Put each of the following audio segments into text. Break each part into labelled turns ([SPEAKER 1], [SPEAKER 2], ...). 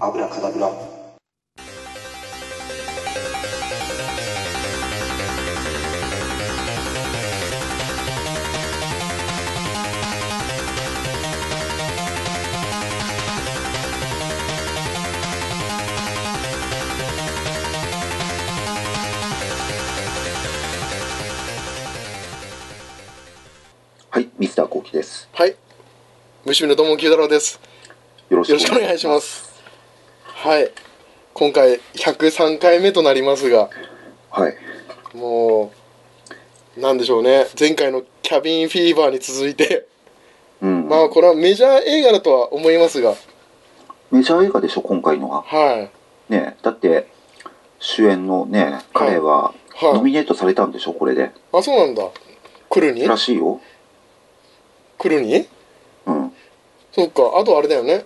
[SPEAKER 1] アブラカダブラはいミスターコウキです
[SPEAKER 2] はい。虫見のどもんきゅう太郎です。
[SPEAKER 1] よろ
[SPEAKER 2] よろしくお願いします。はい。今回103回目となりますが、
[SPEAKER 1] はい
[SPEAKER 2] もう、なんでしょうね。前回のキャビンフィーバーに続いて、
[SPEAKER 1] うん、
[SPEAKER 2] まあこれはメジャー映画だとは思いますが、
[SPEAKER 1] メジャー映画でしょ今回のは
[SPEAKER 2] はい。
[SPEAKER 1] ねだって主演のね彼はノ
[SPEAKER 2] はい。
[SPEAKER 1] ミネートされたんでしょこれで
[SPEAKER 2] あ、そうなんだ。来るに
[SPEAKER 1] らしいよ
[SPEAKER 2] 来るに
[SPEAKER 1] うん
[SPEAKER 2] そっか。あとあれだよね。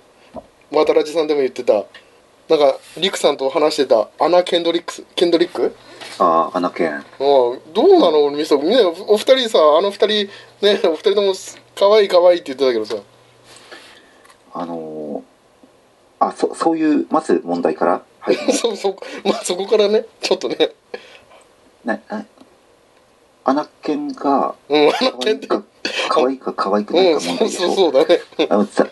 [SPEAKER 2] 渡良地さんでも言ってた、なんか、リクさんと話してた、アナ・ケンドリックス、ケンドリック
[SPEAKER 1] ああアナケン
[SPEAKER 2] ああどうなのミスターねおお二人さあの二人ねお二人とも可愛い可愛いって言ってたけどさ
[SPEAKER 1] あのー、あそそういうまず問題から はい
[SPEAKER 2] そそまあそこからねちょっとね
[SPEAKER 1] ななアナケンが
[SPEAKER 2] うんあの
[SPEAKER 1] 可愛
[SPEAKER 2] 件っ
[SPEAKER 1] い
[SPEAKER 2] て
[SPEAKER 1] か可愛いか可愛くないうか
[SPEAKER 2] ん
[SPEAKER 1] 問題でし
[SPEAKER 2] そうそう
[SPEAKER 1] ょ
[SPEAKER 2] そうだね
[SPEAKER 1] あのさ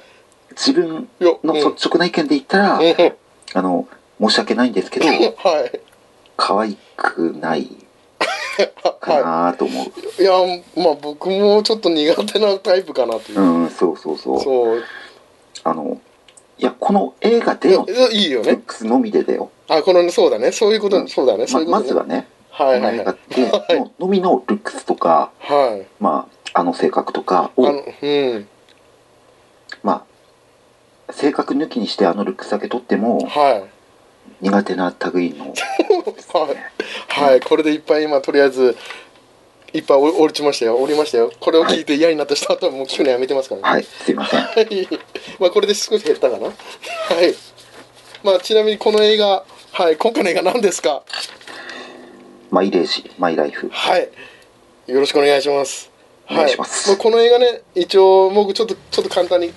[SPEAKER 1] 自分
[SPEAKER 2] いやうん
[SPEAKER 1] の率直な意見で言ったら、
[SPEAKER 2] うん
[SPEAKER 1] あの申し訳ないんですけど
[SPEAKER 2] はい
[SPEAKER 1] 可愛くないか
[SPEAKER 2] は
[SPEAKER 1] なと思う、
[SPEAKER 2] いいやまあ僕もちょっと苦手なタイプかなという、
[SPEAKER 1] うんそうそうそう
[SPEAKER 2] そう
[SPEAKER 1] あのいやこの映画
[SPEAKER 2] い
[SPEAKER 1] で
[SPEAKER 2] や
[SPEAKER 1] の
[SPEAKER 2] いいよ
[SPEAKER 1] ル
[SPEAKER 2] ね
[SPEAKER 1] ックスのみでだよ、
[SPEAKER 2] あこのねそうだねそういうこと、
[SPEAKER 1] うん
[SPEAKER 2] そうだねそういうこ
[SPEAKER 1] まま
[SPEAKER 2] と、ね
[SPEAKER 1] ずはね、
[SPEAKER 2] はいはい
[SPEAKER 1] こ
[SPEAKER 2] はい
[SPEAKER 1] の映画でののみのルックスとか、
[SPEAKER 2] はい
[SPEAKER 1] まあ、あの性格とか
[SPEAKER 2] あ
[SPEAKER 1] を
[SPEAKER 2] のうん
[SPEAKER 1] まあ性格抜きにしてあのルックスだけ取っても
[SPEAKER 2] はい
[SPEAKER 1] 苦手な類の
[SPEAKER 2] はい、はい、これでいっぱい今とりあえずいっぱいお落ちましたよ降りましたよこれを聞いて嫌になった人は多分もう聞くのやめてますからね
[SPEAKER 1] はいすいません
[SPEAKER 2] はいまあこれで少し減ったかなはいまあちなみにこの映画はい今回の映画何ですか
[SPEAKER 1] マイレージマイライフ
[SPEAKER 2] はいよろしくお願いします
[SPEAKER 1] お願いします
[SPEAKER 2] はいあこの映画ね一応僕ちょっとちょっと簡単に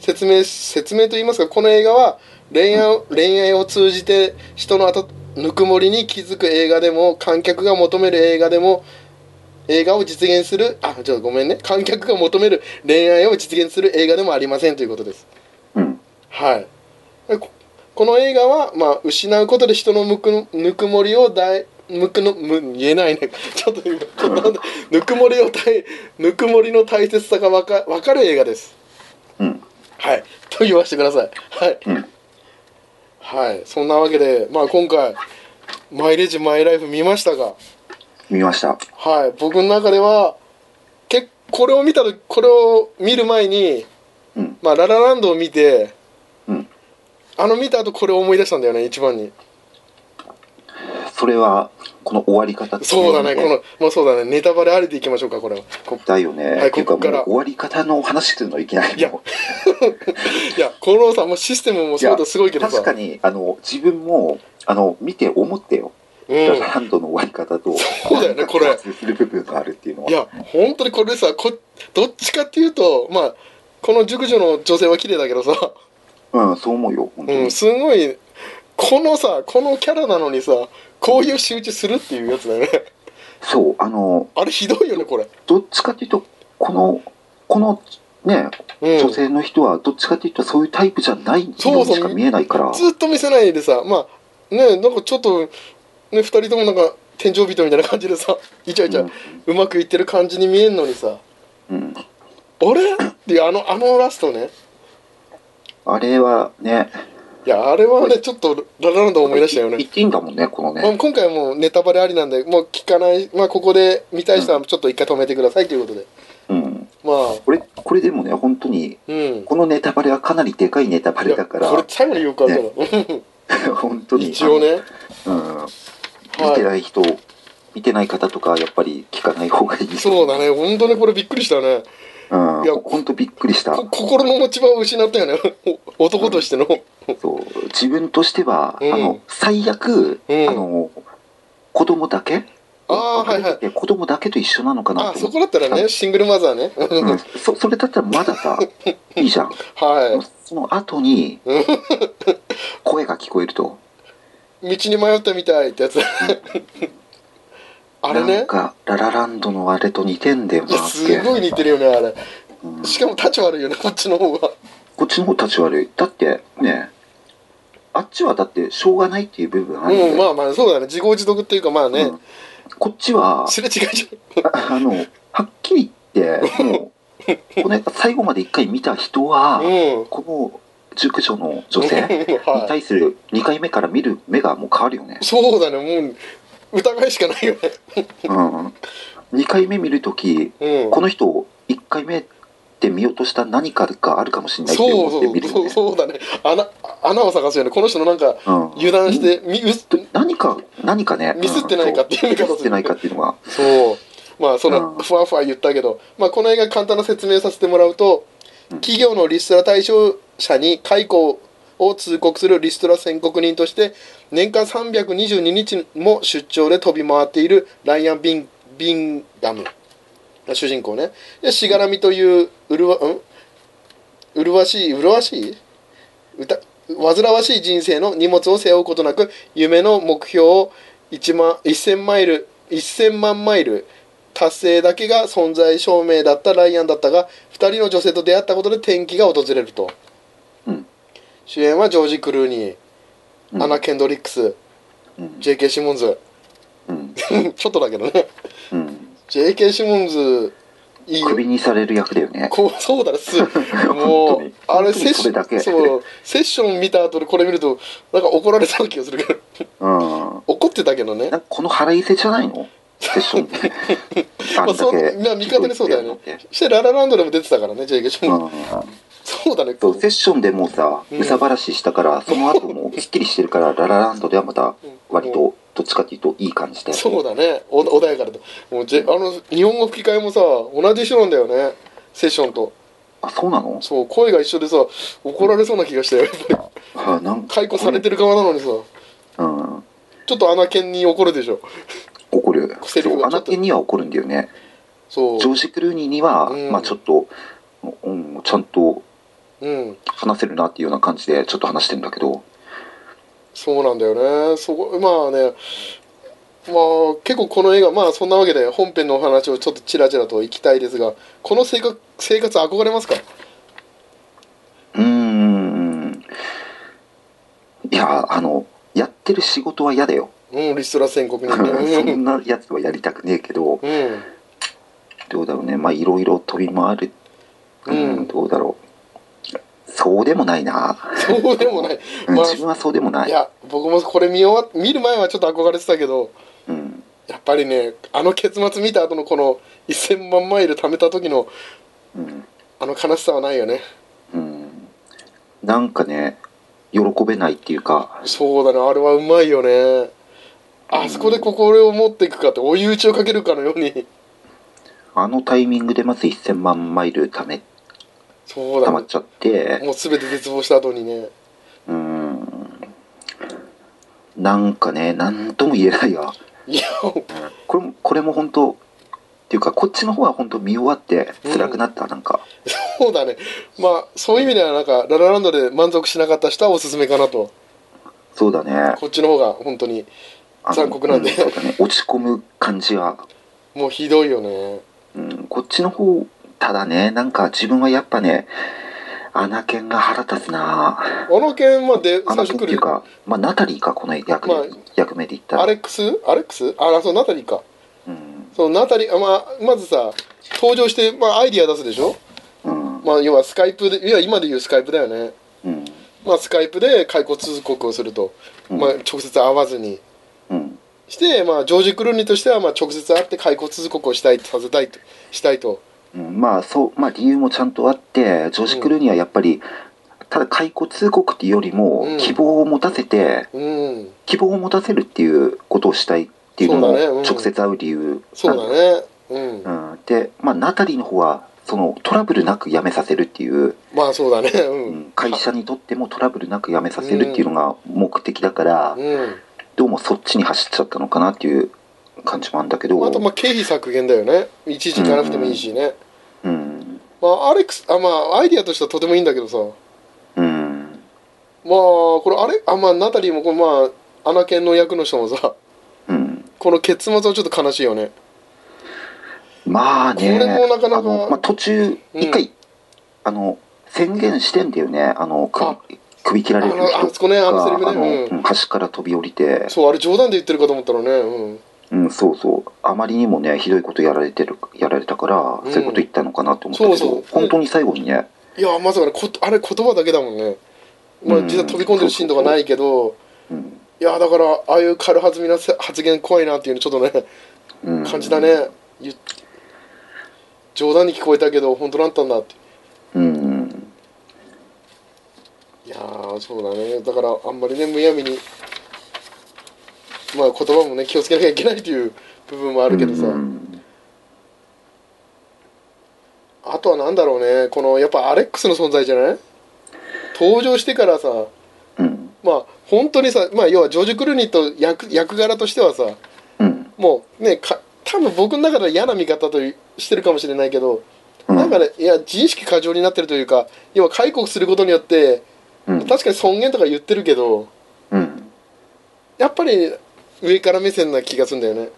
[SPEAKER 2] 説明説明と言いますかこの映画は恋愛,、恋愛を通じて人の後ぬくもりに気づく映画でも観客が求める映画でも映画を実現するあちょっとごめんね観客が求める恋愛を実現する映画でもありませんということです
[SPEAKER 1] うん
[SPEAKER 2] はいでここの映画は、まあ、失うことで人のむくぬくもりを大むくのむ言えないねちょっと今なんだぬくもりを大ぬくもりの大切さがわかわかる映画です
[SPEAKER 1] うん
[SPEAKER 2] はいと言わせてくださいはい、
[SPEAKER 1] うん
[SPEAKER 2] はいそんなわけで、まあ、今回「マイレージマイライフ」見ましたが
[SPEAKER 1] 見ました
[SPEAKER 2] はい僕の中ではけこれを見たとこれを見る前に、
[SPEAKER 1] うん
[SPEAKER 2] まあ、ララランドを見て
[SPEAKER 1] うん
[SPEAKER 2] あの見た後これを思い出したんだよね一番に
[SPEAKER 1] それはこの終わり方ってい
[SPEAKER 2] そうだね、こ
[SPEAKER 1] の
[SPEAKER 2] の、まあそうだね、ネタバレありでいきましょうか、これは。こ
[SPEAKER 1] だよね、
[SPEAKER 2] はい
[SPEAKER 1] っていうか
[SPEAKER 2] ここから
[SPEAKER 1] もう終わり方の話っていうのはいけない
[SPEAKER 2] いやいや、このさ、もうシステムもそうだ、すごいけどさ。
[SPEAKER 1] 確かにあの自分もあの見て思ってよ、
[SPEAKER 2] うん。
[SPEAKER 1] ラランドの終わり方と
[SPEAKER 2] そうだよねこれ
[SPEAKER 1] なんか共通する部分があるっていうのはい
[SPEAKER 2] や、本当にこれさ、こ、どっちかっていうと、まあ、この熟女の女性は綺麗だけどさ、
[SPEAKER 1] うんそう思うよ本当に、
[SPEAKER 2] うん、すごい、このさ、このキャラなのにさ、こういう仕打ちするっていうやつだよね。
[SPEAKER 1] そうあの
[SPEAKER 2] あれ、ひどいよね、これ。
[SPEAKER 1] どっちかっていうとこのこのね
[SPEAKER 2] うん。
[SPEAKER 1] 女性の人はどっちかっていうとそういうタイプじゃない
[SPEAKER 2] そ
[SPEAKER 1] の
[SPEAKER 2] うそう
[SPEAKER 1] にしか見えないから
[SPEAKER 2] ずっと見せないでさ、まあ、ね、なんかちょっと、ね、二人ともなんか、天井人みたいな感じでさ、イチャイチャ、うまくいってる感じに見えんのにさ、
[SPEAKER 1] うんうん
[SPEAKER 2] あれっていうあのあのラストね
[SPEAKER 1] あれはね
[SPEAKER 2] いやあれはねちょっとララランド思い出したよ
[SPEAKER 1] 言
[SPEAKER 2] ね、
[SPEAKER 1] っていいんだもんねこの
[SPEAKER 2] まあ、
[SPEAKER 1] ね
[SPEAKER 2] 今回はもうネタバレありなんでもう聞かないまあここで見たい人はちょっと一回止めてくださいということで
[SPEAKER 1] うん
[SPEAKER 2] まあ
[SPEAKER 1] これこれでもね本当に
[SPEAKER 2] うん
[SPEAKER 1] このネタバレはかなりでかいネタバ
[SPEAKER 2] い
[SPEAKER 1] レ
[SPEAKER 2] や
[SPEAKER 1] だか
[SPEAKER 2] これ
[SPEAKER 1] ら
[SPEAKER 2] 最後に言おうかじゃあ
[SPEAKER 1] 本当に
[SPEAKER 2] 一応ね
[SPEAKER 1] あのうん見て
[SPEAKER 2] は
[SPEAKER 1] ない人見てない方とかやっぱり聞かない方がいい
[SPEAKER 2] いそうだ
[SPEAKER 1] ね
[SPEAKER 2] ね本当にこれびっくりしたね
[SPEAKER 1] うん
[SPEAKER 2] いや
[SPEAKER 1] 本当びっくりした
[SPEAKER 2] こ心の持ち場を失ったよね お男としての
[SPEAKER 1] そう自分としてはあ
[SPEAKER 2] うん
[SPEAKER 1] の最悪あ
[SPEAKER 2] うん
[SPEAKER 1] の子供だけ
[SPEAKER 2] ああーはいはい
[SPEAKER 1] で子供だけと一緒なのかな
[SPEAKER 2] あ
[SPEAKER 1] と
[SPEAKER 2] そ
[SPEAKER 1] 思っ
[SPEAKER 2] こだったらねシングルマザーね
[SPEAKER 1] て、うん、そそれ だったらまださいいじゃん
[SPEAKER 2] はい
[SPEAKER 1] その後に
[SPEAKER 2] うん
[SPEAKER 1] 聞こえると
[SPEAKER 2] 道に迷ったみたいってやつ あれ
[SPEAKER 1] なん
[SPEAKER 2] ね
[SPEAKER 1] かララランドのあれと似てんだよ
[SPEAKER 2] いや
[SPEAKER 1] なって
[SPEAKER 2] すごい似てるよねあれ
[SPEAKER 1] うん
[SPEAKER 2] しかも立ち悪いよねこっちの方が
[SPEAKER 1] こっちの方立ち悪いだってねあっちはだってしょうがないっていう部分あるんだよ
[SPEAKER 2] うんまあまあそうだね自業自得っていうかまあね、
[SPEAKER 1] うんこっちは
[SPEAKER 2] すれ違いじ
[SPEAKER 1] あのはっきり言ってもうこの最後まで一回見た人は、
[SPEAKER 2] ゃんうん
[SPEAKER 1] この19条の女性に
[SPEAKER 2] は
[SPEAKER 1] 対する2回目から見る目がもう変わるよね
[SPEAKER 2] い、そうだねもう疑いしかないよね
[SPEAKER 1] うん、2回目見るとき
[SPEAKER 2] うん
[SPEAKER 1] この人を1回目で見落とした何かがあるかもしれないって
[SPEAKER 2] そう
[SPEAKER 1] 思って
[SPEAKER 2] そ
[SPEAKER 1] 見
[SPEAKER 2] う
[SPEAKER 1] る
[SPEAKER 2] そ
[SPEAKER 1] よ
[SPEAKER 2] う
[SPEAKER 1] ね
[SPEAKER 2] そうだね穴穴を探すよねこの人のなんか
[SPEAKER 1] うん
[SPEAKER 2] 油断してみうす
[SPEAKER 1] 何か何かね
[SPEAKER 2] ミスってないかっていう見
[SPEAKER 1] ミ
[SPEAKER 2] 方する
[SPEAKER 1] スってないかっていうのが
[SPEAKER 2] そうまあその
[SPEAKER 1] うん
[SPEAKER 2] ふわふわ言ったけど、まあ、この映画簡単な説明させてもらうと
[SPEAKER 1] うん
[SPEAKER 2] 企業のリストラ対象者に解雇を通告するリストラ宣告人として年間322日も出張で飛び回っているライアン・ビンビンガムが主人公ねでしがらみといううるわ、うん、麗しい麗しいうた煩わしい人生の荷物を背負うことなく夢の目標を1万1000マイル1000万マイル達成だけが存在証明だったライアンだったが2人の女性と出会ったことで転機が訪れると、
[SPEAKER 1] うん
[SPEAKER 2] 主演はジョージ・クルーニー、
[SPEAKER 1] うん
[SPEAKER 2] アナ・ケンドリックス
[SPEAKER 1] うん
[SPEAKER 2] JK シモンズ
[SPEAKER 1] うん
[SPEAKER 2] ちょっとだけどね
[SPEAKER 1] うん
[SPEAKER 2] JK シモンズいいよ
[SPEAKER 1] クビにされる役だよね
[SPEAKER 2] こうそうだねすも
[SPEAKER 1] 本当
[SPEAKER 2] う
[SPEAKER 1] に
[SPEAKER 2] あ
[SPEAKER 1] 本
[SPEAKER 2] れ
[SPEAKER 1] 当
[SPEAKER 2] セッ
[SPEAKER 1] に
[SPEAKER 2] シ
[SPEAKER 1] それだ
[SPEAKER 2] ョン
[SPEAKER 1] け
[SPEAKER 2] そうセッション見た後でこれ見るとなんか怒られた気がするけど
[SPEAKER 1] うん
[SPEAKER 2] 怒ってたけどね
[SPEAKER 1] なんかこの腹いせじゃ ないのセッションであん
[SPEAKER 2] ま
[SPEAKER 1] だ
[SPEAKER 2] あそう
[SPEAKER 1] け
[SPEAKER 2] まあ見方にそうだよね
[SPEAKER 1] ね
[SPEAKER 2] そしてララランドでも出てたからね JK シモンズ
[SPEAKER 1] うん
[SPEAKER 2] そうだね
[SPEAKER 1] そうセッションでもうさ
[SPEAKER 2] うん
[SPEAKER 1] 憂さ晴らししたから、その後もすっきりしてるからララランドではまた割
[SPEAKER 2] もう
[SPEAKER 1] とどっちかっていうといい感じで
[SPEAKER 2] そうだねお穏やかだともうジェあの日本語吹き替えもさ同じ人なんだよねセッションと
[SPEAKER 1] あそうなの
[SPEAKER 2] そう声が一緒でさ怒られそうな気がしたよやっぱり
[SPEAKER 1] あなんか
[SPEAKER 2] 解雇されてる側なのにさ
[SPEAKER 1] うん
[SPEAKER 2] ちょっとアナケンに怒るでしょ
[SPEAKER 1] 怒る
[SPEAKER 2] セリ
[SPEAKER 1] そう
[SPEAKER 2] フが
[SPEAKER 1] ア
[SPEAKER 2] ちょ
[SPEAKER 1] ナ
[SPEAKER 2] っと
[SPEAKER 1] ケンには怒るんだよね
[SPEAKER 2] そ
[SPEAKER 1] ジョージ・クルーニーには、
[SPEAKER 2] うん
[SPEAKER 1] まあちょっと、うん、ちゃんと
[SPEAKER 2] ううん
[SPEAKER 1] 話せるなっていうような感じでちょっと話してんだけど
[SPEAKER 2] そうなんだよねそこまあねまあ結構この映画まあそんなわけで本編のお話をちょっとちらちらといきたいですがこの生活生活憧れますか
[SPEAKER 1] うーんいやあのやってる仕事は嫌だよ
[SPEAKER 2] うんリストラ宣告に
[SPEAKER 1] そ
[SPEAKER 2] ね
[SPEAKER 1] んなやつはやりたくねえけど
[SPEAKER 2] うん
[SPEAKER 1] どうだろうねまあいろいろ飛び回るう
[SPEAKER 2] うん
[SPEAKER 1] ん、どうだろうそうでもないな、
[SPEAKER 2] そうでもない
[SPEAKER 1] うん
[SPEAKER 2] まあ
[SPEAKER 1] 自分はそうでもないい
[SPEAKER 2] や僕もこれ見終わ見る前はちょっと憧れてたけど
[SPEAKER 1] うん、
[SPEAKER 2] やっぱりねあの結末見た後のこの1000万マイル貯めた時の
[SPEAKER 1] うん
[SPEAKER 2] あの悲しさはないよね
[SPEAKER 1] うん、なんかね喜べないっていうか
[SPEAKER 2] そうだねあれはうまいよねあそこで心を持っていくかって追い打ちをかけるかのように
[SPEAKER 1] あのタイミングでまず1000万マイル貯め
[SPEAKER 2] そうだ
[SPEAKER 1] 溜
[SPEAKER 2] ね
[SPEAKER 1] まっちゃって
[SPEAKER 2] もう全て絶望した後にね
[SPEAKER 1] うんなんかね何とも言えないわ
[SPEAKER 2] いや
[SPEAKER 1] これもこれも本当っていうかこっちの方は本当見終わって辛くなった、なんか
[SPEAKER 2] そうだねまあそういう意味ではなんかララランドで満足しなかった人はおすすめかなと
[SPEAKER 1] そうだね
[SPEAKER 2] こっちの方が本当に
[SPEAKER 1] あの
[SPEAKER 2] 残酷なんで
[SPEAKER 1] うそうだね落ち込む感じは
[SPEAKER 2] もうひどいよね
[SPEAKER 1] うん、こっちの方ただねなんか自分はやっぱねアナケンが腹立つな
[SPEAKER 2] あの件まで
[SPEAKER 1] アナ
[SPEAKER 2] 最
[SPEAKER 1] ケ
[SPEAKER 2] 初
[SPEAKER 1] ンって
[SPEAKER 2] 来
[SPEAKER 1] いう
[SPEAKER 2] る
[SPEAKER 1] か、まあ、ナタリーかこの役,、
[SPEAKER 2] まあ
[SPEAKER 1] 役目で言ったら
[SPEAKER 2] アレックスアレックスあそうナタリーか
[SPEAKER 1] うん
[SPEAKER 2] そのナタリーあ、まあ、まずさ登場して、まあ、アイディア出すでしょ
[SPEAKER 1] うん
[SPEAKER 2] まあ要はスカイプでいや今で言うスカイプだよね
[SPEAKER 1] うん
[SPEAKER 2] まあスカイプで解雇通告をすると、
[SPEAKER 1] うん
[SPEAKER 2] まあ直接会わずに
[SPEAKER 1] うん
[SPEAKER 2] して、まあ、ジョージ・クルーニーとしては、まあ、直接会って解雇通告をしたいとさせたいとしたいと
[SPEAKER 1] うんまあそうまあ理由もちゃんとあってジョージ・クルーニーはやっぱり、ただ解雇通告っていうよりも、
[SPEAKER 2] うん
[SPEAKER 1] 希望を持たせて
[SPEAKER 2] うん
[SPEAKER 1] 希望を持たせるっていうことをしたいっていうの
[SPEAKER 2] そう
[SPEAKER 1] も
[SPEAKER 2] だねうん
[SPEAKER 1] 直接会う理由
[SPEAKER 2] そう
[SPEAKER 1] なん
[SPEAKER 2] だねうん
[SPEAKER 1] うん、で、まあ、ナタリーの方はそのトラブルなく辞めさせるっていう
[SPEAKER 2] まあそうだねう
[SPEAKER 1] うんん会社にとってもトラブルなく辞めさせるっていうのが目的だから、
[SPEAKER 2] う
[SPEAKER 1] どうもそっちに走っちゃったのかなっていう感じもあるんだけど、
[SPEAKER 2] んあとまあ経費削減だよねいちいち行かなくてもいいしね、
[SPEAKER 1] うん
[SPEAKER 2] まあアレックスあまあアイディアとしてはとてもいいんだけどさ
[SPEAKER 1] うん
[SPEAKER 2] まあこれあれあまあナタリーもこのまあアナケンの役の人もさ
[SPEAKER 1] うん
[SPEAKER 2] この結末はちょっと悲しいよね
[SPEAKER 1] まあね
[SPEAKER 2] これもなかなか
[SPEAKER 1] あの、まあ、途中
[SPEAKER 2] うん
[SPEAKER 1] 一回、あの宣言してんだよねあのく
[SPEAKER 2] あ
[SPEAKER 1] 首切ら
[SPEAKER 2] あ
[SPEAKER 1] れる
[SPEAKER 2] のあ
[SPEAKER 1] 人
[SPEAKER 2] そこねあのセリ
[SPEAKER 1] があ
[SPEAKER 2] フ
[SPEAKER 1] の
[SPEAKER 2] ね、
[SPEAKER 1] うん橋から飛び降りて
[SPEAKER 2] うん、そうあれ冗談で言ってるかと思ったらねうん
[SPEAKER 1] うん、そうそうあまりにもねひどいことやられてるやられたから、
[SPEAKER 2] うん
[SPEAKER 1] そういうこと言ったのかなって思ったけど
[SPEAKER 2] そうそう
[SPEAKER 1] 本当に最後にね、
[SPEAKER 2] いやまさかねことあれ言葉だけだもんねまあ
[SPEAKER 1] うん
[SPEAKER 2] 実は飛び込んでるシーンとかないけど
[SPEAKER 1] うん
[SPEAKER 2] いやだからああいう軽はずみなせ発言怖いなっていうのちょっとね
[SPEAKER 1] うん、
[SPEAKER 2] 感じだね、言っ冗談に聞こえたけど本当だったんだって
[SPEAKER 1] うんうん
[SPEAKER 2] いやーそうだねだからあんまりねむやみにまあ言葉もね気をつけなきゃいけないという部分もあるけどさ、
[SPEAKER 1] うん
[SPEAKER 2] あとはなんだろうねこのやっぱアレックスの存在じゃない登場してからさ
[SPEAKER 1] うん
[SPEAKER 2] まあ本当にさまあ要はジョージ・クルーニーと役役柄としてはさ
[SPEAKER 1] うん
[SPEAKER 2] もうねか多分僕の中では嫌な見方というしてるかもしれないけど、
[SPEAKER 1] うん
[SPEAKER 2] なんかねいや自意識過剰になってるというか要は解雇することによって
[SPEAKER 1] うん
[SPEAKER 2] 確かに尊厳とか言ってるけど
[SPEAKER 1] うん
[SPEAKER 2] やっぱり上から目線な気がするんだよね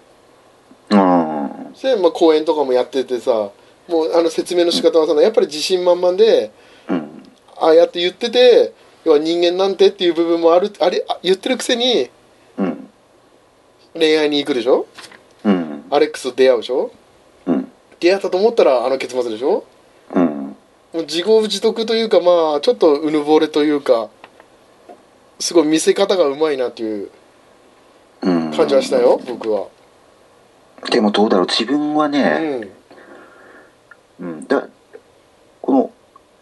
[SPEAKER 1] あ
[SPEAKER 2] それでまあ講演とかもやっててさもうあの説明の仕方はさやっぱり自信満々で
[SPEAKER 1] ーうん
[SPEAKER 2] ああやって言ってて要は人間なんてっていう部分もあるあれあ言ってるくせに
[SPEAKER 1] うん
[SPEAKER 2] 恋愛に行くでしょ
[SPEAKER 1] うん
[SPEAKER 2] アレックスと出会うでしょ
[SPEAKER 1] うん
[SPEAKER 2] 出会ったと思ったらあの結末でしょ
[SPEAKER 1] うん
[SPEAKER 2] もう自業自得というかまあちょっとうぬぼれというかすごい見せ方がうまいなっていう
[SPEAKER 1] うん
[SPEAKER 2] 感じはしたよ僕は
[SPEAKER 1] でもどうだろう自分は
[SPEAKER 2] う
[SPEAKER 1] ね、
[SPEAKER 2] ん
[SPEAKER 1] うん、だこの、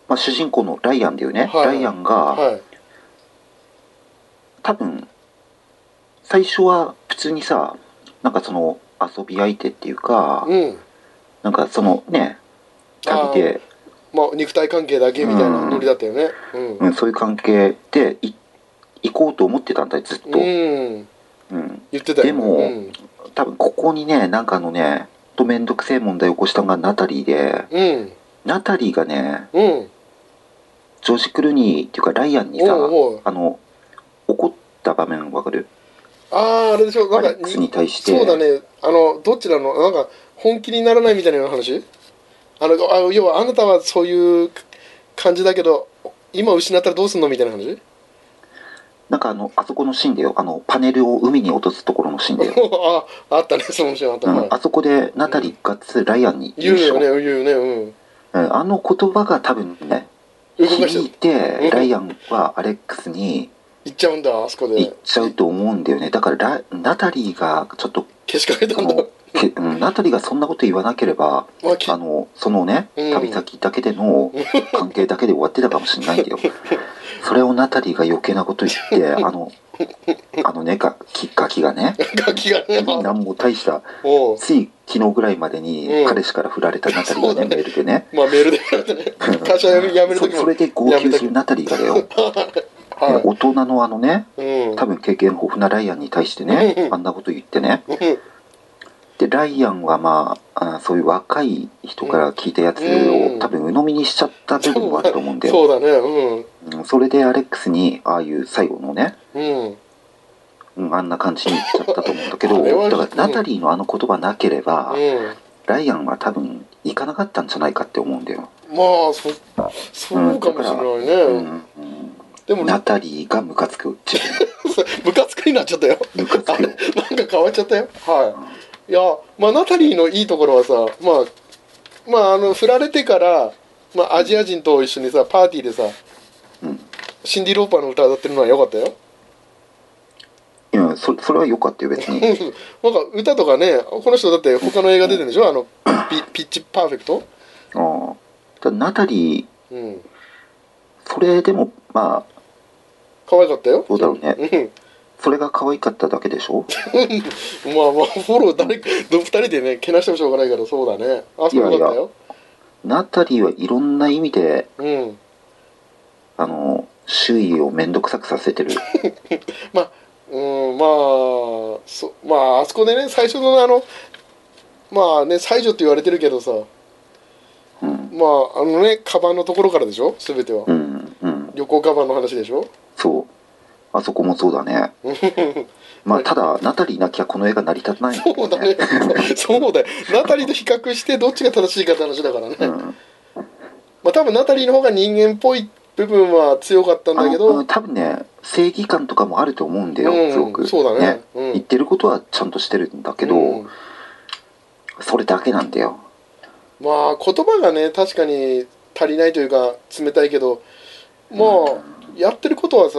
[SPEAKER 1] まあ、主人公のライアンだよね、
[SPEAKER 2] はい
[SPEAKER 1] ライアンが、
[SPEAKER 2] はい
[SPEAKER 1] 多分最初は普通にさなんかその遊び相手っていうか、
[SPEAKER 2] うん
[SPEAKER 1] なんかそのね
[SPEAKER 2] あー
[SPEAKER 1] 旅で、
[SPEAKER 2] まあ肉体関係だけみたいな
[SPEAKER 1] うん
[SPEAKER 2] ノリだったよねうん
[SPEAKER 1] うん、そういう関係でい行こうと思ってたんだよずっと、
[SPEAKER 2] うん
[SPEAKER 1] うん、
[SPEAKER 2] 言ってたよ
[SPEAKER 1] でも
[SPEAKER 2] うん
[SPEAKER 1] 多分ここにねなんかあのねほんとめんどくせえ問題を起こしたのがナタリーで
[SPEAKER 2] うん
[SPEAKER 1] ナタリーがね
[SPEAKER 2] うん
[SPEAKER 1] ジョージ・クルーニーっていうかライアンにさ
[SPEAKER 2] おうおう
[SPEAKER 1] あの怒った場面わかる
[SPEAKER 2] あああれでしょな
[SPEAKER 1] ア
[SPEAKER 2] ん
[SPEAKER 1] レ
[SPEAKER 2] か
[SPEAKER 1] ックスに対して
[SPEAKER 2] そうだねあのどっちなのなんか本気にならないみたいな話あのあ要はあなたはそういう感じだけど今失ったらどうすんのみたいな話
[SPEAKER 1] なんかあのあそこのシーンだよあのパネルを海に落とすところのシーンだよ
[SPEAKER 2] ああったねそのシーンあった、
[SPEAKER 1] うん
[SPEAKER 2] はい
[SPEAKER 1] あそこでナタリーがつライアンに
[SPEAKER 2] 言
[SPEAKER 1] で
[SPEAKER 2] う
[SPEAKER 1] しょ
[SPEAKER 2] よね言うね
[SPEAKER 1] うんあの言葉が多分ね
[SPEAKER 2] うん動かし
[SPEAKER 1] 響い
[SPEAKER 2] てう
[SPEAKER 1] て
[SPEAKER 2] ん
[SPEAKER 1] ライアンはアレックスに
[SPEAKER 2] 行っちゃうんだあそこ
[SPEAKER 1] 行
[SPEAKER 2] で
[SPEAKER 1] っちゃうと思うんだよねだからラナタリーがちょっと
[SPEAKER 2] 消しかけた
[SPEAKER 1] あ
[SPEAKER 2] んだ
[SPEAKER 1] のけ、うん、ナタリーがそんなこと言わなければ
[SPEAKER 2] まあき
[SPEAKER 1] あのそのね
[SPEAKER 2] うん
[SPEAKER 1] 旅先だけでの関係だけで終わってたかもしれないんだよそれをナタリーが余計なこと言ってあのあのねがきガキがね
[SPEAKER 2] ガキがね
[SPEAKER 1] 何も大した
[SPEAKER 2] おう
[SPEAKER 1] つい昨日ぐらいまでに
[SPEAKER 2] うん
[SPEAKER 1] 彼氏から振られたナタリーがね、
[SPEAKER 2] そうだね
[SPEAKER 1] メールでね
[SPEAKER 2] まあメールでやめてね会社辞めやめる
[SPEAKER 1] そ
[SPEAKER 2] 時
[SPEAKER 1] そ
[SPEAKER 2] も
[SPEAKER 1] れで号泣するナタリーがだよ、ね
[SPEAKER 2] は
[SPEAKER 1] 大人のあのね
[SPEAKER 2] いうん
[SPEAKER 1] 多分経験豊富なライアンに対してね、
[SPEAKER 2] うんうん
[SPEAKER 1] あんなこと言ってね
[SPEAKER 2] うん
[SPEAKER 1] でライアンはまああそういう若い人から聞いたやつを、
[SPEAKER 2] うん
[SPEAKER 1] 多分鵜呑みにしちゃった部分もあると思うんだよ
[SPEAKER 2] そうだねうん
[SPEAKER 1] そ,、うん、それでアレックスにああいう最後のね、
[SPEAKER 2] うん
[SPEAKER 1] うん、あんな感じに言っちゃったと思うんだけ
[SPEAKER 2] あれ
[SPEAKER 1] ど
[SPEAKER 2] は
[SPEAKER 1] だからナタリーのあの言葉なければ、
[SPEAKER 2] うん
[SPEAKER 1] ライアンは多分行かなかったんじゃないかって思うんだよ、
[SPEAKER 2] まあそそうかもしれないね、
[SPEAKER 1] うん
[SPEAKER 2] で
[SPEAKER 1] う
[SPEAKER 2] も
[SPEAKER 1] ん、ナタリーがムカ つく自分
[SPEAKER 2] 部活くになっちゃったよ
[SPEAKER 1] ムカつくよ
[SPEAKER 2] なんか変わっちゃったよはいいやまあナタリーのいいところはさまあまああの振られてから、まあ、アジア人と一緒にさパーティーでさ、
[SPEAKER 1] うん
[SPEAKER 2] シンディ・ローパーの歌歌ってるのは良かったよ
[SPEAKER 1] いやそそれは良かったよ別
[SPEAKER 2] な
[SPEAKER 1] に
[SPEAKER 2] んか歌とかねこの人だって他の映画出てるんでしょあのピピッチパーフェクト
[SPEAKER 1] ああただナタリー
[SPEAKER 2] うん
[SPEAKER 1] それでもまあ
[SPEAKER 2] 可愛かったよ
[SPEAKER 1] どうだろうね
[SPEAKER 2] うん
[SPEAKER 1] それが可愛かっただけでしょ
[SPEAKER 2] まあまあフォロー誰か2人でねけなしてもしょうがないからそうだねあそこ良かったよ
[SPEAKER 1] ナタリーはいろんな意味で
[SPEAKER 2] うん
[SPEAKER 1] あの周囲を面倒くさくさせ てる
[SPEAKER 2] うんまあそまああそこでね最初のあのまあね西条って言われてるけどさ
[SPEAKER 1] うん
[SPEAKER 2] まああのねカバンのところからでしょ全ては
[SPEAKER 1] うんうん
[SPEAKER 2] 旅行カバンの話でしょ
[SPEAKER 1] そう。あそこもそうだ ね。まあ、ただ、ナタリーなきゃこの映画成り立たないんだけど
[SPEAKER 2] そうだね
[SPEAKER 1] ね。。
[SPEAKER 2] そうだよ。ナタリーと比較してどっちが正しいかって話だからね。
[SPEAKER 1] うん。
[SPEAKER 2] まあ多分ナタリーの方が人間っぽい部分は強かったん
[SPEAKER 1] あ
[SPEAKER 2] だけ
[SPEAKER 1] の、う
[SPEAKER 2] ど
[SPEAKER 1] ん、多分ね、正義感とかもあると思うんだよ、
[SPEAKER 2] うん
[SPEAKER 1] すごく。
[SPEAKER 2] そうだねうん
[SPEAKER 1] 言ってることはちゃんとしてるんだけど、
[SPEAKER 2] うん
[SPEAKER 1] それだけなんだよ。
[SPEAKER 2] まあ言葉がね確かに足りないというか冷たいけどまあやってることはさ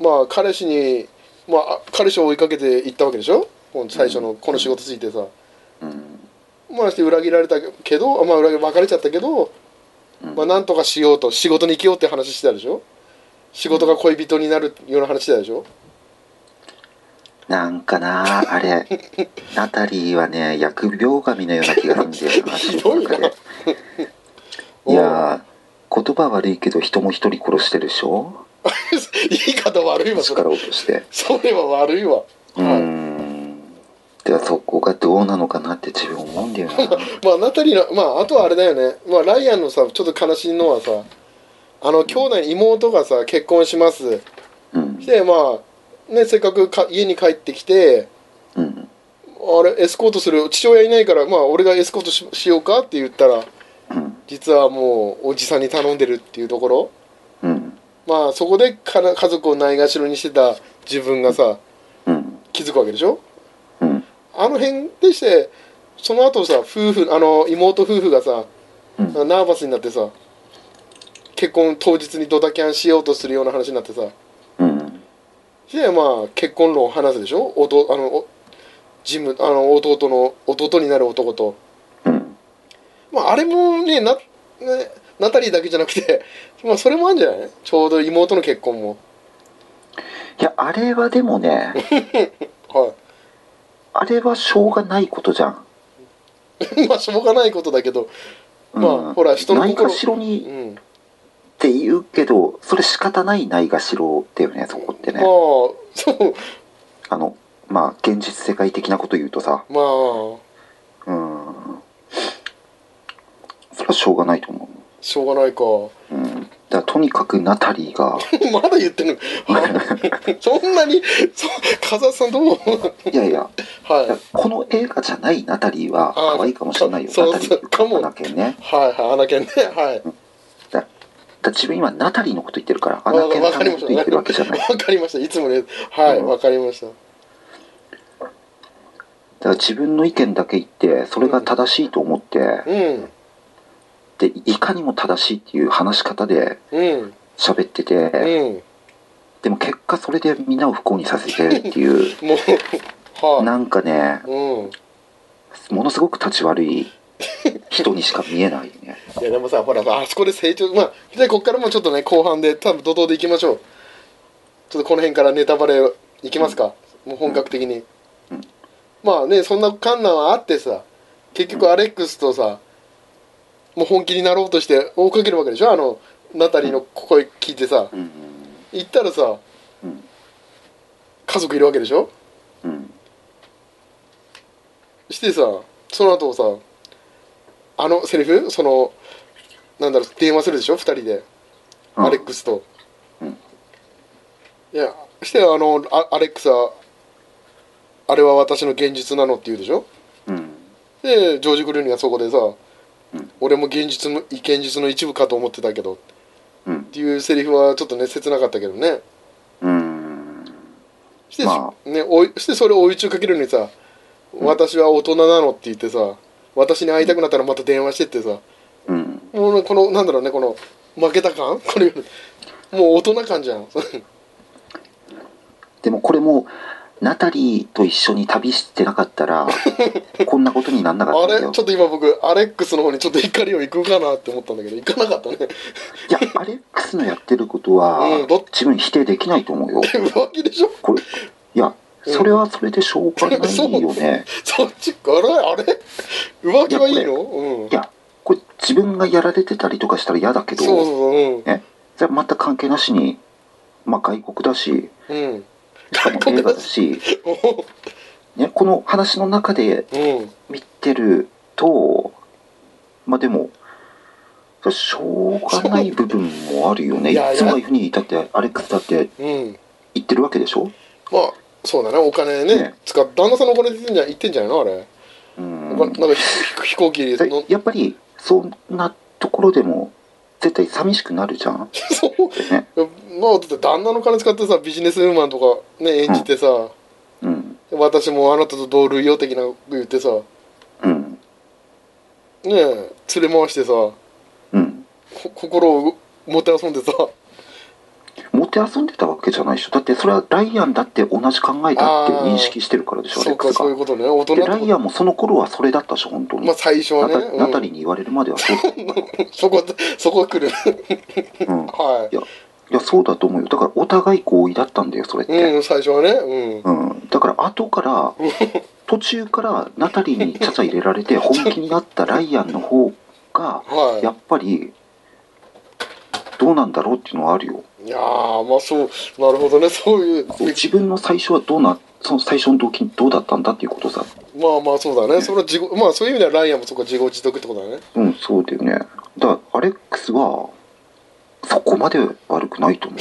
[SPEAKER 2] まあ彼氏にまああ彼氏を追いかけて行ったわけでしょこの最初のこの仕事ついてさ
[SPEAKER 1] うん。
[SPEAKER 2] まあして裏切られたけどあまあ裏切別れちゃったけど
[SPEAKER 1] うん
[SPEAKER 2] まあなんとかしようと仕事に生きようって話してたでしょ仕事が恋人になるような話してたでしょ
[SPEAKER 1] なんかなあ れナタリーはね疫病神のような気がするんだよ
[SPEAKER 2] ひどいな
[SPEAKER 1] 話の中でいやー言葉悪いけど人も一人殺してるでしょ
[SPEAKER 2] 言い方悪いわそれ
[SPEAKER 1] 力落として
[SPEAKER 2] それは悪いわ
[SPEAKER 1] うーんではそこがどうなのかなって自分思うんだよ な
[SPEAKER 2] まあナタリーのまああとはあれだよね、まあ、ライアンのさちょっと悲しいのはさあの兄弟妹がさ結婚します
[SPEAKER 1] うん
[SPEAKER 2] でまあねせっかくか家に帰ってきて
[SPEAKER 1] うん
[SPEAKER 2] あれエスコートする父親いないからまあ俺がエスコートししようかって言ったら
[SPEAKER 1] うん
[SPEAKER 2] 実はもうおじさんに頼んでるっていうところ
[SPEAKER 1] うん
[SPEAKER 2] まあそこでから家族をないがしろにしてた自分がさ
[SPEAKER 1] うん
[SPEAKER 2] 気づくわけでしょ
[SPEAKER 1] うん
[SPEAKER 2] あの辺でしてその後さ夫婦あの妹夫婦がさ
[SPEAKER 1] うん
[SPEAKER 2] ナーバスになってさ結婚当日にドタキャンしようとするような話になってさ
[SPEAKER 1] うん
[SPEAKER 2] でまあ結婚論を話すでしょ弟あのおジムあの弟の弟になる男と、
[SPEAKER 1] うん
[SPEAKER 2] まあ、あれもねなねナタリーだけじゃなくて、 まあ、それもあるんじゃないちょうど妹の結婚も
[SPEAKER 1] いやあれはでもね
[SPEAKER 2] は
[SPEAKER 1] あれはしょうがないことじゃん、
[SPEAKER 2] い まあしょうがないことだけど
[SPEAKER 1] うん、
[SPEAKER 2] まあほら人の
[SPEAKER 1] ない
[SPEAKER 2] 心
[SPEAKER 1] がしろ
[SPEAKER 2] う
[SPEAKER 1] に
[SPEAKER 2] ん
[SPEAKER 1] って言うけどそれ仕方ないないがしろだよねそこってね
[SPEAKER 2] まあそう
[SPEAKER 1] あの、まあ、現実世界的なこと言うとさ、
[SPEAKER 2] まあ
[SPEAKER 1] うーん。それはしょうがないと思
[SPEAKER 2] しょうがないか
[SPEAKER 1] う。うん。だからとにかくナタリー が、
[SPEAKER 2] まだ言ってんのそんなに そ風さんどう
[SPEAKER 1] いやいや、
[SPEAKER 2] はい
[SPEAKER 1] いやこの映画じゃないナタリーは
[SPEAKER 2] あー
[SPEAKER 1] 可愛いかもしれないよ。
[SPEAKER 2] かそう
[SPEAKER 1] ナタリーっていう
[SPEAKER 2] そうかも
[SPEAKER 1] 方だけね。
[SPEAKER 2] はいはい、アナケンね。 はい。
[SPEAKER 1] だだから自分今ナタリーのこと言ってるから、アナ
[SPEAKER 2] わ
[SPEAKER 1] ケン
[SPEAKER 2] わ
[SPEAKER 1] さ
[SPEAKER 2] か
[SPEAKER 1] んの
[SPEAKER 2] り
[SPEAKER 1] こ
[SPEAKER 2] ました。
[SPEAKER 1] と言ってるわけじゃない。だ
[SPEAKER 2] わかりました。いつもね。はい、
[SPEAKER 1] うん
[SPEAKER 2] わかりました。
[SPEAKER 1] から自分の意見だけ言って、それが正しいと思って、
[SPEAKER 2] うん。
[SPEAKER 1] で、いかにも正しいっていう話し方で
[SPEAKER 2] うん。
[SPEAKER 1] 喋ってて、
[SPEAKER 2] うん。
[SPEAKER 1] でも結果それでみんなを不幸にさせてるっていう。
[SPEAKER 2] もう、は
[SPEAKER 1] なんかね
[SPEAKER 2] い。、うん。
[SPEAKER 1] ものすごく立ち悪 い人にしか見えないね。
[SPEAKER 2] いや、でもさ、ほらさ、あそこで成長、まあ、じゃあ、こっからもうちょっとね、後半で、多分怒涛でいきましょう。ちょっとこの辺からネタバレいきますか。もう本格的に。
[SPEAKER 1] うん
[SPEAKER 2] まあね、そんな困難はあってさ、結局アレックスとさ、もう本気になろうとして追いかけるわけでしょあの、ナタリーの声聞いてさ、
[SPEAKER 1] うん、
[SPEAKER 2] 行ったらさ、
[SPEAKER 1] うん、
[SPEAKER 2] 家族いるわけでしょ
[SPEAKER 1] うん、
[SPEAKER 2] してさその後さあのセリフそのなんだろう電話するでしょ2人でアレックスと、
[SPEAKER 1] うん
[SPEAKER 2] いやしてあのあアレックスはあれは私の現実なのって言うでしょ
[SPEAKER 1] うん、
[SPEAKER 2] でジョージ・クルーニーがそこでさ、
[SPEAKER 1] ん
[SPEAKER 2] 俺も現実の現実の一部かと思ってたけどっ
[SPEAKER 1] うん、
[SPEAKER 2] ていうセリフはちょっとね切なかったけどね
[SPEAKER 1] うん、
[SPEAKER 2] して、
[SPEAKER 1] ま
[SPEAKER 2] ね、追いしてそれを追い打ちかけるのにさ、私は大人なのって言ってさ私に会いたくなったらまた電話してってさ、
[SPEAKER 1] うん、
[SPEAKER 2] もうねこのなんだろうねこの負けた感これもう大人感じゃん
[SPEAKER 1] でもこれも、ナタリーと一緒に旅してなかった ら、こんなことになんなか
[SPEAKER 2] あ
[SPEAKER 1] ったんだ
[SPEAKER 2] れ
[SPEAKER 1] よ
[SPEAKER 2] ちょ。っと今僕アレックスの方にちょっと怒りを行くかなって思ったんだけど行かなかったね
[SPEAKER 1] いや、アレックスのやってることは
[SPEAKER 2] うんど、
[SPEAKER 1] 自分否定できないと思う よ。
[SPEAKER 2] 浮気でしょ
[SPEAKER 1] これ、いや、それはそれでしょうがないよね。
[SPEAKER 2] そっちあれあれ浮気はいいのう
[SPEAKER 1] い
[SPEAKER 2] ん
[SPEAKER 1] や、これ自分がやられてたりとかしたら嫌だけど、
[SPEAKER 2] そうそうそううん
[SPEAKER 1] ね、じゃあ全く関係なしに、まあ、外国だし、
[SPEAKER 2] うん
[SPEAKER 1] しかも映画だし、ね、この話の中で
[SPEAKER 2] うん
[SPEAKER 1] 見てると、まあでも、しょうがない部分もあるよね
[SPEAKER 2] い
[SPEAKER 1] い
[SPEAKER 2] やいや
[SPEAKER 1] つもああいうふうにいたってアレックスだって
[SPEAKER 2] うん
[SPEAKER 1] 言ってるわけでしょ、
[SPEAKER 2] まあそうだねお金ね
[SPEAKER 1] ね
[SPEAKER 2] 使っ旦那さんのお金で言ってんじゃ言ってんじゃないのあれ、
[SPEAKER 1] うん、
[SPEAKER 2] お金なんかひひ飛行機
[SPEAKER 1] で
[SPEAKER 2] の
[SPEAKER 1] やっぱりそんなところでも絶対寂しくなるじゃん、
[SPEAKER 2] そう
[SPEAKER 1] ね
[SPEAKER 2] まあだって旦那の金使ってさビジネスウーマンとかね演じてさ、
[SPEAKER 1] うん
[SPEAKER 2] 私もあなたと同類よ的なこと言ってさね
[SPEAKER 1] うん
[SPEAKER 2] え連れ回してさこ
[SPEAKER 1] うん
[SPEAKER 2] 心をもてあそんでさ
[SPEAKER 1] 持って遊んでたわけじゃないでしょだってそれはライアンだって同じ考えだって認識してるからでしょアレ
[SPEAKER 2] そ
[SPEAKER 1] ッ
[SPEAKER 2] うか
[SPEAKER 1] クス
[SPEAKER 2] そういう
[SPEAKER 1] が
[SPEAKER 2] ことね大人
[SPEAKER 1] で
[SPEAKER 2] って
[SPEAKER 1] ラ
[SPEAKER 2] こ
[SPEAKER 1] イアンもその頃はそれだったでしょ本当
[SPEAKER 2] と
[SPEAKER 1] に、
[SPEAKER 2] まあ最初は
[SPEAKER 1] ナ
[SPEAKER 2] ね、
[SPEAKER 1] タナタ
[SPEAKER 2] う
[SPEAKER 1] リーに言われるまでは そうだった、
[SPEAKER 2] ん、そこそこ来る
[SPEAKER 1] うん、い
[SPEAKER 2] は
[SPEAKER 1] やそうだと思うよだからお互い合意だったんだよそれっ
[SPEAKER 2] い
[SPEAKER 1] て、
[SPEAKER 2] うん最初はねうん
[SPEAKER 1] うんだから後から 途中からナタリーにちゃちゃ入れられ て本気になったライアンの方が
[SPEAKER 2] はい
[SPEAKER 1] やっぱりどうなんだろうっていうのはあるよ
[SPEAKER 2] いやーまあそうなるほどねそういう
[SPEAKER 1] 自分の最初はどうなその最初の動機どうだったんだっていうことさ
[SPEAKER 2] まあまあそうだねその自己まあそういう意味ではライアンもそこは自業自得ってことだね
[SPEAKER 1] うんそうだよねだからアレックスはそこまで悪くないと思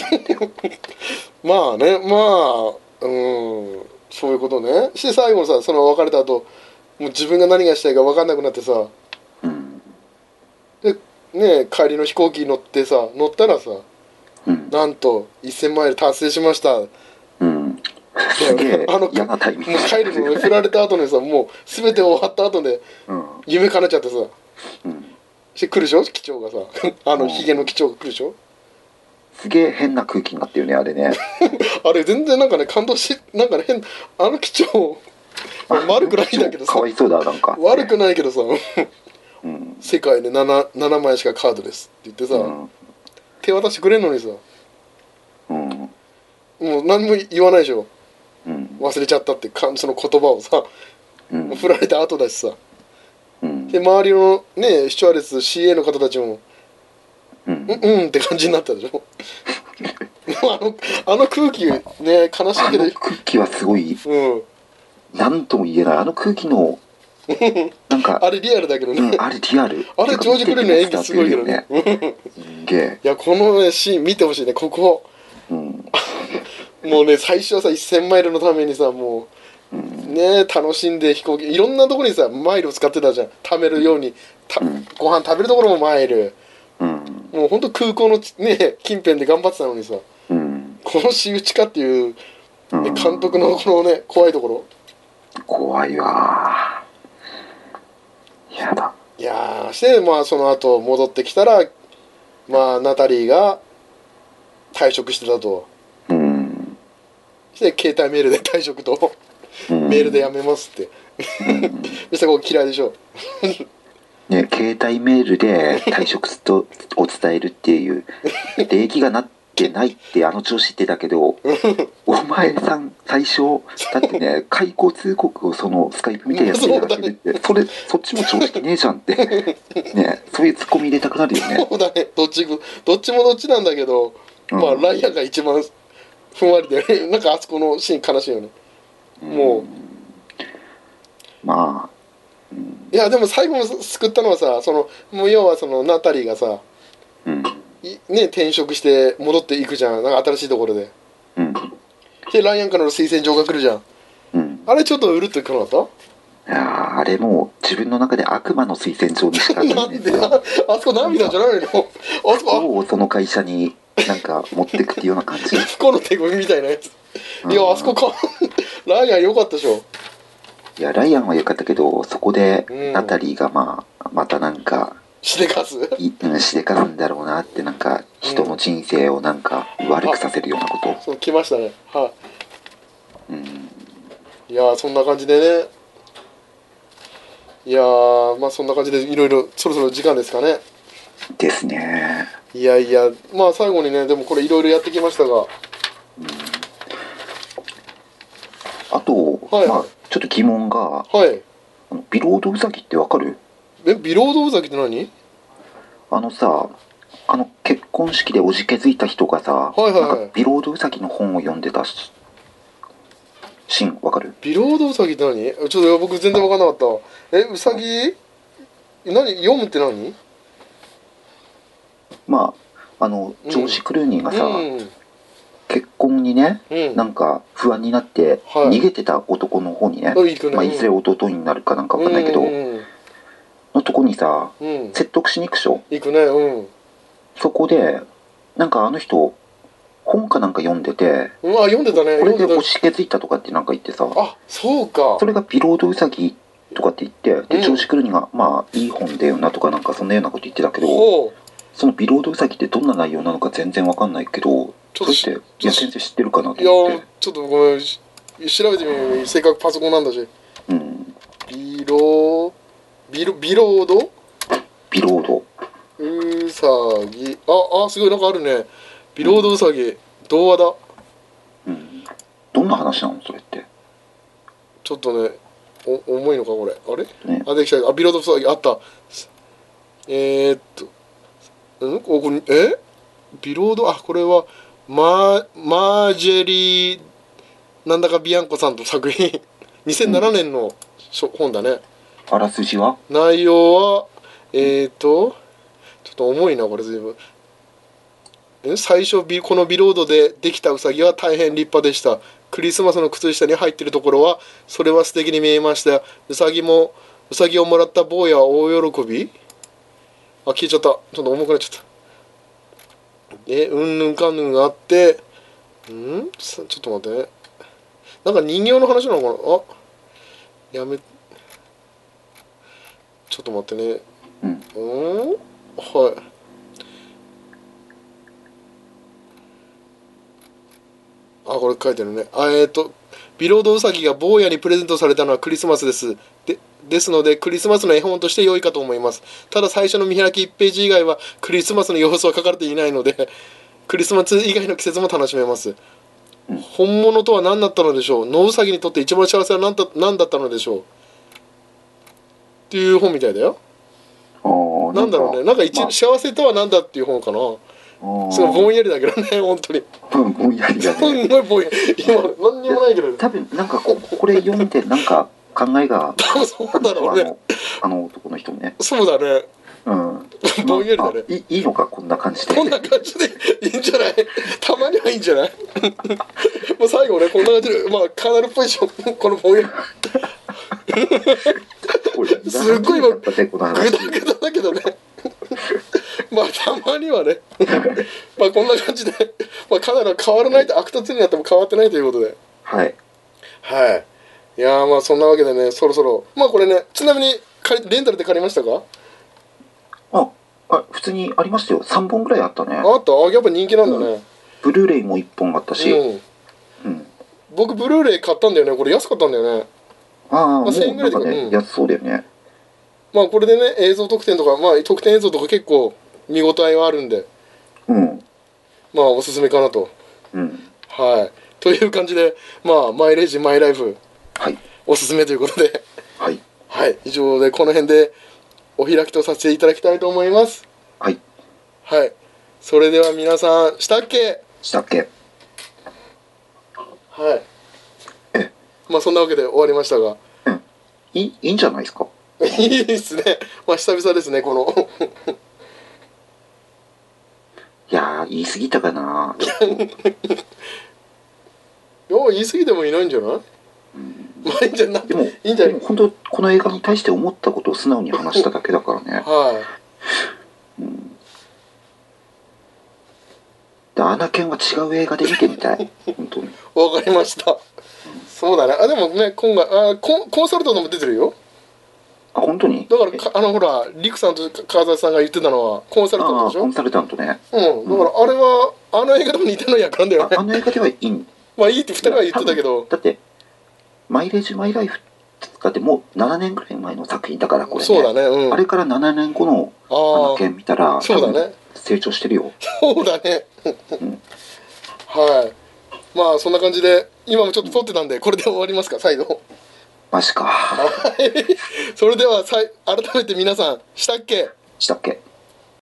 [SPEAKER 1] う
[SPEAKER 2] まあねまあうんそういうことねして最後のさその別れた後もう自分が何がしたいか分かんなくなってさ
[SPEAKER 1] うん
[SPEAKER 2] ねえ帰りの飛行機に乗ってさ乗ったらさ
[SPEAKER 1] うん
[SPEAKER 2] なんと1000マイル達成しましたもう
[SPEAKER 1] うんすげえ
[SPEAKER 2] あの
[SPEAKER 1] 嫌なタイミング
[SPEAKER 2] 帰るのに振られた後にさもう全て終わった後で
[SPEAKER 1] うん
[SPEAKER 2] 夢叶っちゃってさ
[SPEAKER 1] うん
[SPEAKER 2] して来るでしょ機長がさ あ
[SPEAKER 1] う
[SPEAKER 2] の
[SPEAKER 1] ん
[SPEAKER 2] ヒゲの機長が来るでしょ
[SPEAKER 1] すげえ変な空気になってるねあれね
[SPEAKER 2] あれ全然なんかね感動しなんかね変あの機長悪くないんだけど
[SPEAKER 1] か
[SPEAKER 2] さ
[SPEAKER 1] わいそうだなんか
[SPEAKER 2] 悪くないけどさ
[SPEAKER 1] うん、
[SPEAKER 2] 世界で 7, 7枚しかカードですって言ってさ、
[SPEAKER 1] うん
[SPEAKER 2] 手渡してくれんのにさも
[SPEAKER 1] うん
[SPEAKER 2] う何も言わないでしょ
[SPEAKER 1] うん
[SPEAKER 2] 忘れちゃったってかその言葉をさ
[SPEAKER 1] うん
[SPEAKER 2] 振られた後だしさ
[SPEAKER 1] うん
[SPEAKER 2] で周りのね視聴率 CA の方たちも
[SPEAKER 1] うん
[SPEAKER 2] うんうんって感じになったでしょ あのあの空気ね悲しい
[SPEAKER 1] あ
[SPEAKER 2] けど
[SPEAKER 1] の空気はすごい
[SPEAKER 2] うん
[SPEAKER 1] 何とも言えないあの空気のなんか
[SPEAKER 2] あれリアルだけどね、
[SPEAKER 1] うんあれリアル
[SPEAKER 2] あれジョージ・クルーニーの演技すごいけどね
[SPEAKER 1] すげえ
[SPEAKER 2] いやこの、ね、シーン見てほしいねここ
[SPEAKER 1] うん
[SPEAKER 2] もうね最初はさ1000マイルのためにさもう、ね楽しんで飛行機いろんなところにさマイルを使ってたじゃん貯めるようにた
[SPEAKER 1] うん
[SPEAKER 2] ご飯食べるところもマイル
[SPEAKER 1] うん
[SPEAKER 2] もうほんと空港のね近辺で頑張ってたのにさ
[SPEAKER 1] うん
[SPEAKER 2] この仕打ちかっていう、ね
[SPEAKER 1] うん
[SPEAKER 2] 監督のこのね怖いところ
[SPEAKER 1] 怖いわやだ
[SPEAKER 2] いやーしてまあその後戻ってきたらまあナタリーが退職してたと
[SPEAKER 1] うん、
[SPEAKER 2] して携帯メールで退職と
[SPEAKER 1] うん、
[SPEAKER 2] メールでやめますってミスターここ嫌いでしょ
[SPEAKER 1] ね携帯メール で退職すとお伝えるっていう礼儀がなってないってあの調子言ってたけ どお前さん最初だってね 解雇通告をそのスカイプみたいなやつでやってる ってそれそっちも常識ねえじゃんって ねそういうツッコミ入れたくなるよね
[SPEAKER 2] そうだねどっち行くどっちもどっちなんだけど、
[SPEAKER 1] うん
[SPEAKER 2] まあライアンが一番ふんわりで、ね、なんかあそこのシーン悲しいよねもう、
[SPEAKER 1] ま
[SPEAKER 2] いやでも最後も救ったのはさそのもう要はそのナタリーがさ
[SPEAKER 1] あうん
[SPEAKER 2] いね転職して戻っていくじゃんなんか新しいところで
[SPEAKER 1] うん
[SPEAKER 2] でライアンからの推薦状が来るじゃん
[SPEAKER 1] うん
[SPEAKER 2] あれちょっとうるっとくなかっ
[SPEAKER 1] いやーあれもう自分の中で悪魔の推薦状にした
[SPEAKER 2] た
[SPEAKER 1] かっ
[SPEAKER 2] な
[SPEAKER 1] た
[SPEAKER 2] ん
[SPEAKER 1] ん
[SPEAKER 2] で
[SPEAKER 1] で
[SPEAKER 2] なあそこ涙じゃないのあそこ
[SPEAKER 1] をその会社になんか持ってくっていうような感じ
[SPEAKER 2] あ不幸の手紙みたいなやついや
[SPEAKER 1] うん
[SPEAKER 2] あそこかライアン良かったでしょ
[SPEAKER 1] いやライアンは良かったけどそこで
[SPEAKER 2] うん
[SPEAKER 1] ナタリーがまあまたなんか
[SPEAKER 2] しでかす
[SPEAKER 1] いうんしでかすんだろうなってなんか人の人生をなんか悪くさせるようなこと
[SPEAKER 2] そう来ましたねは
[SPEAKER 1] うん
[SPEAKER 2] いいやーそんな感じでねいやーまあそんな感じでいろいろそろそろ時間ですかね
[SPEAKER 1] ですね
[SPEAKER 2] いやいやまあ最後にねでもこれいろいろやってきましたが
[SPEAKER 1] あと、
[SPEAKER 2] はい
[SPEAKER 1] まあちょっと疑問が
[SPEAKER 2] はい
[SPEAKER 1] あのビロードウサギってわかる
[SPEAKER 2] えビロードウザギって何
[SPEAKER 1] あのさあの結婚式でおじけづいた人がさ、
[SPEAKER 2] いはいはい
[SPEAKER 1] なんかビロードウサギの本を読んでたしシーンわかる
[SPEAKER 2] ビロードウサギって何えちょっと僕全然分かんなかったえウサギ何読むって何
[SPEAKER 1] まああのジョージ・クルーニーがさ、
[SPEAKER 2] うん
[SPEAKER 1] 結婚にね
[SPEAKER 2] うん
[SPEAKER 1] なんか不安になって
[SPEAKER 2] はい
[SPEAKER 1] 逃げてた男の方にね、
[SPEAKER 2] あいい子ね
[SPEAKER 1] まあ、いずれ弟になるかなんかわかんないけど、
[SPEAKER 2] うん
[SPEAKER 1] のとこにさ
[SPEAKER 2] うんうん
[SPEAKER 1] 説得しに行くでしょ
[SPEAKER 2] 行くねうん
[SPEAKER 1] そこでなんかあの人本かなんか読んでて
[SPEAKER 2] うわ読んでたね
[SPEAKER 1] これ
[SPEAKER 2] 読
[SPEAKER 1] で
[SPEAKER 2] んで
[SPEAKER 1] 押
[SPEAKER 2] た
[SPEAKER 1] し気づいたとかってなんか言ってさ
[SPEAKER 2] あそうか
[SPEAKER 1] それが「ビロードウサギ」とかって言って
[SPEAKER 2] うん
[SPEAKER 1] でジョージ・クルーニーが「まあいい本だよな」とかなんかそんなようなこと言ってたけど
[SPEAKER 2] ほう
[SPEAKER 1] その「ビロードウサギ」ってどんな内容なのか全然わかんないけど
[SPEAKER 2] ちょ
[SPEAKER 1] そ
[SPEAKER 2] っと
[SPEAKER 1] れっ
[SPEAKER 2] して
[SPEAKER 1] いや先生知ってるかない
[SPEAKER 2] や
[SPEAKER 1] と思って
[SPEAKER 2] ちょっとごめんし調べてみるよせっかくパソコンなんだし
[SPEAKER 1] うん
[SPEAKER 2] ビロビロビロード
[SPEAKER 1] ビロード
[SPEAKER 2] うさぎああすごいなんかあるねビロードウサギ童話だ
[SPEAKER 1] うんどんな話なのそれって
[SPEAKER 2] ちょっとねお重いのかこれあれ
[SPEAKER 1] ね
[SPEAKER 2] あできたあビロードウサギあったすえー、っとんここにえビロードあこれはマーマージェリーなんだかビアンコさんの作品 2007年の書本だね、
[SPEAKER 1] あらすじは
[SPEAKER 2] 内容はえーとちょっと重いなこれ随分え最初ビこのビロードでできたウサギは大変立派でしたクリスマスの靴下に入ってるところはそれは素敵に見えましたウサギもウサギをもらった坊やは大喜びあ消えちゃったちょっと重くなっちゃったえうんぬんかんぬんがあってんさちょっと待ってねなんか人形の話なのかなあやめちょっと待ってね
[SPEAKER 1] うん
[SPEAKER 2] うんはいあこれ書いてるねあえっ、とビロードウサギが坊やにプレゼントされたのはクリスマスですでですのでクリスマスの絵本として良いかと思いますただ最初の見開き1ページ以外はクリスマスの様子は書かれていないのでクリスマス以外の季節も楽しめます
[SPEAKER 1] うん
[SPEAKER 2] 本物とは何だったのでしょうノウサギにとって一番幸せは何だ何だったのでしょうっていう本みたいだよ
[SPEAKER 1] あー
[SPEAKER 2] なんだろうねなんか一、
[SPEAKER 1] まあ
[SPEAKER 2] 幸せとは何だっていう本かな
[SPEAKER 1] あー
[SPEAKER 2] すごいぼんやりだけどね本当に
[SPEAKER 1] うんぼんやりだ
[SPEAKER 2] す
[SPEAKER 1] ね
[SPEAKER 2] んごいぼんやり今何にもないけど
[SPEAKER 1] 多分なんかここれ読んでなんか考えが
[SPEAKER 2] 多分そうだろう
[SPEAKER 1] あ
[SPEAKER 2] ね
[SPEAKER 1] のあの男の人ね
[SPEAKER 2] そうだね
[SPEAKER 1] うん
[SPEAKER 2] ぼんやりだね
[SPEAKER 1] あいいいのかこんな感じで
[SPEAKER 2] こんな感じでいいんじゃないたまにはいいんじゃないもう最後ねこんな感じでまあカナルっぽいでしょこのぼんやり
[SPEAKER 1] これ
[SPEAKER 2] すっごい今
[SPEAKER 1] だったねこの
[SPEAKER 2] グ
[SPEAKER 1] 話
[SPEAKER 2] ダグダだけどねまあたまにはねまあこんな感じでまあカナルは変わらないと悪達になっても変わってないということで
[SPEAKER 1] はい
[SPEAKER 2] はい。いやーまあそんなわけでね、そろそろ。まあこれね、ちなみに借りレンタルで借りましたか
[SPEAKER 1] ああ普通にありましたよ3本ぐらいあったね
[SPEAKER 2] ああったあ、やっぱ人気なんだね。
[SPEAKER 1] ブルーレイも1本あったし、
[SPEAKER 2] うん。
[SPEAKER 1] うん
[SPEAKER 2] 僕、ブルーレイ買ったんだよね。これ安かったんだよね。
[SPEAKER 1] ああ
[SPEAKER 2] まあ
[SPEAKER 1] も
[SPEAKER 2] 1000
[SPEAKER 1] う
[SPEAKER 2] 円ぐら
[SPEAKER 1] ないん
[SPEAKER 2] で
[SPEAKER 1] かね、
[SPEAKER 2] うん
[SPEAKER 1] 安そうだよね
[SPEAKER 2] まあこれでね、映像特典とか、まあ特典映像とか結構見応えはあるんで、
[SPEAKER 1] うん
[SPEAKER 2] まあおすすめかなと。
[SPEAKER 1] うん
[SPEAKER 2] はい。という感じで、まあ、マイレージ、マイライフ、
[SPEAKER 1] はい
[SPEAKER 2] おすすめということで、
[SPEAKER 1] はい
[SPEAKER 2] はい。以上で、この辺でお開きとさせていただきたいと思います。
[SPEAKER 1] はい
[SPEAKER 2] はい。それでは皆さん、したっけ
[SPEAKER 1] したっけ
[SPEAKER 2] はい
[SPEAKER 1] え。
[SPEAKER 2] まあそんなわけで終わりましたが、
[SPEAKER 1] いいいいんじゃないですか
[SPEAKER 2] いいですね。まあ久々ですね、この。
[SPEAKER 1] いやー言い過ぎたかない
[SPEAKER 2] や、言い過ぎてもいないんじゃないまあいいんじゃない
[SPEAKER 1] でも
[SPEAKER 2] いいんじゃな
[SPEAKER 1] で
[SPEAKER 2] い
[SPEAKER 1] も本当この映画に対して思ったことを素直に話しただけだからね
[SPEAKER 2] は
[SPEAKER 1] でアナケンは違う映画で見てみたい本当に
[SPEAKER 2] い。わかりました。そうだね。あ、でもね、今回、あコンコンサルタントも出てるよ。
[SPEAKER 1] あ本当に
[SPEAKER 2] だからか、あの、ほら、リクさんとか川崎さんが言ってたのは、コンサルタン
[SPEAKER 1] あ
[SPEAKER 2] ト
[SPEAKER 1] あ
[SPEAKER 2] でしょ
[SPEAKER 1] コンサルタントね
[SPEAKER 2] うん。だから、あれは、あの映画とも似たの役なんだよ
[SPEAKER 1] あ
[SPEAKER 2] ね。
[SPEAKER 1] あの映画ではいいん
[SPEAKER 2] まあいいって二人は言ってたけど、
[SPEAKER 1] だって「マイレージ・マイ・ライフ」だってもう7年ぐらい前の作品だからこれ、ね、
[SPEAKER 2] そうだね。うん。
[SPEAKER 1] あれから7年後の
[SPEAKER 2] あ
[SPEAKER 1] ア
[SPEAKER 2] ー
[SPEAKER 1] ナケン見たら
[SPEAKER 2] そうだね
[SPEAKER 1] 多分成長してるよ
[SPEAKER 2] そうだね。はい。まあそんな感じで今もちょっと撮ってたんでこれで終わりますか再度。
[SPEAKER 1] マジか
[SPEAKER 2] はいそれではさい改めて皆さんしたっけ
[SPEAKER 1] したっけ